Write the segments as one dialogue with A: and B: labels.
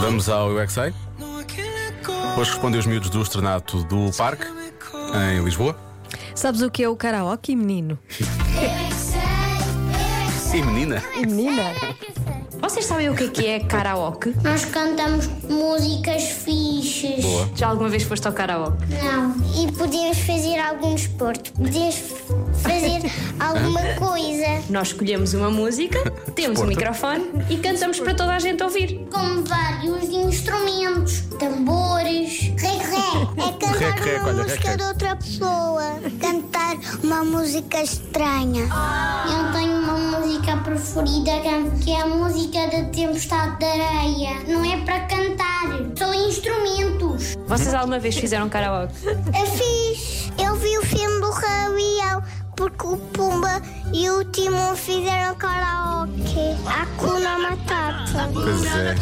A: Vamos ao Eu é Que Sei. Hoje respondem os miúdos do estrenato do Parque, em Lisboa.
B: Sabes o que é o karaoke, menino?
A: E menina.
B: E menina?
C: Vocês sabem o que é que é karaoke?
D: Nós cantamos músicas fixes.
A: Boa.
C: Já alguma vez foste ao karaoke?
D: Não. E podíamos fazer algum desporto. Podíamos fazer alguma coisa.
C: Nós escolhemos uma música, temos
A: Desporto.
C: um microfone e cantamos para toda a gente ouvir.
D: Com vários instrumentos, tambores. Rec-rec. É cantar
A: Rec-rec, olha, música rec-rec. de
D: uma música de outra pessoa. Cantar uma música estranha. Eu tenho uma música preferida que é a música da Tempestade de Areia. Não é para cantar, são instrumentos.
C: Vocês alguma vez fizeram karaoke?
D: É fixe. Eu vi o filme do Rabião porque o Pumba e o Timão fizeram karaoke. Hakuna Matata.
A: Pois é.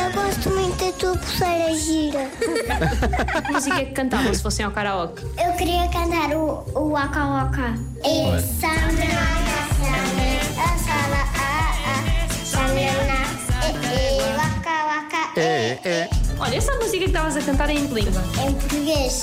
D: Eu gosto muito da tua pulseira gira.
C: Que música é que cantavam se fossem ao karaoke?
D: Eu queria cantar o, o Waka Waka. É Sandra, Sandra, Sandra, Sandra, Waka Waka.
A: É, é.
C: Olha, essa música que estavas a cantar é em que língua?
D: Em português.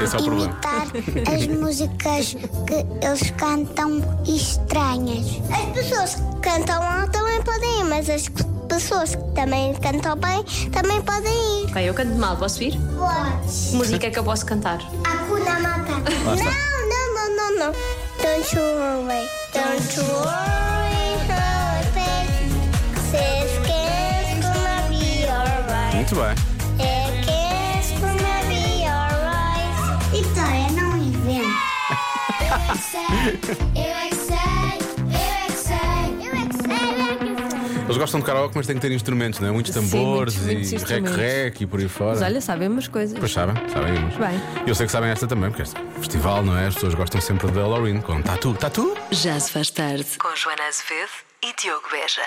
A: Esse é Tá o problema.
D: imitar as músicas que eles cantam estranhas. As pessoas que cantam mal também podem ir, mas as que- pessoas que também cantam bem também podem ir.
C: Ok, eu canto mal, posso ir?
D: Podes.
C: Que música é que eu posso cantar?
D: Hakuna Matata.
A: Lá
D: Não,
A: está.
D: não, não, não, não. Don't you worry. Don't you worry, baby. Says kids gonna be alright.
A: Muito bem.
D: É kids gonna be alright. Vitória, não inventa. Eu é que sei, eu é que sei, eu é que sei, eu é que sei, eu é que sei.
A: Eles gostam de karaoke, mas têm que ter instrumentos, não é? Muitos
B: Sim,
A: tambores
B: muitos, muitos
A: e
B: instrumentos.
A: rec-rec e por aí fora.
B: Mas olha, sabem umas coisas.
A: Pois sabem, sabem umas.
B: Bem.
A: Eu sei que sabem esta também, porque este festival, não é? As pessoas gostam sempre da Halloween com tatu. Tatu?
E: Já se faz tarde com Joana Azevedo e Diogo Beja.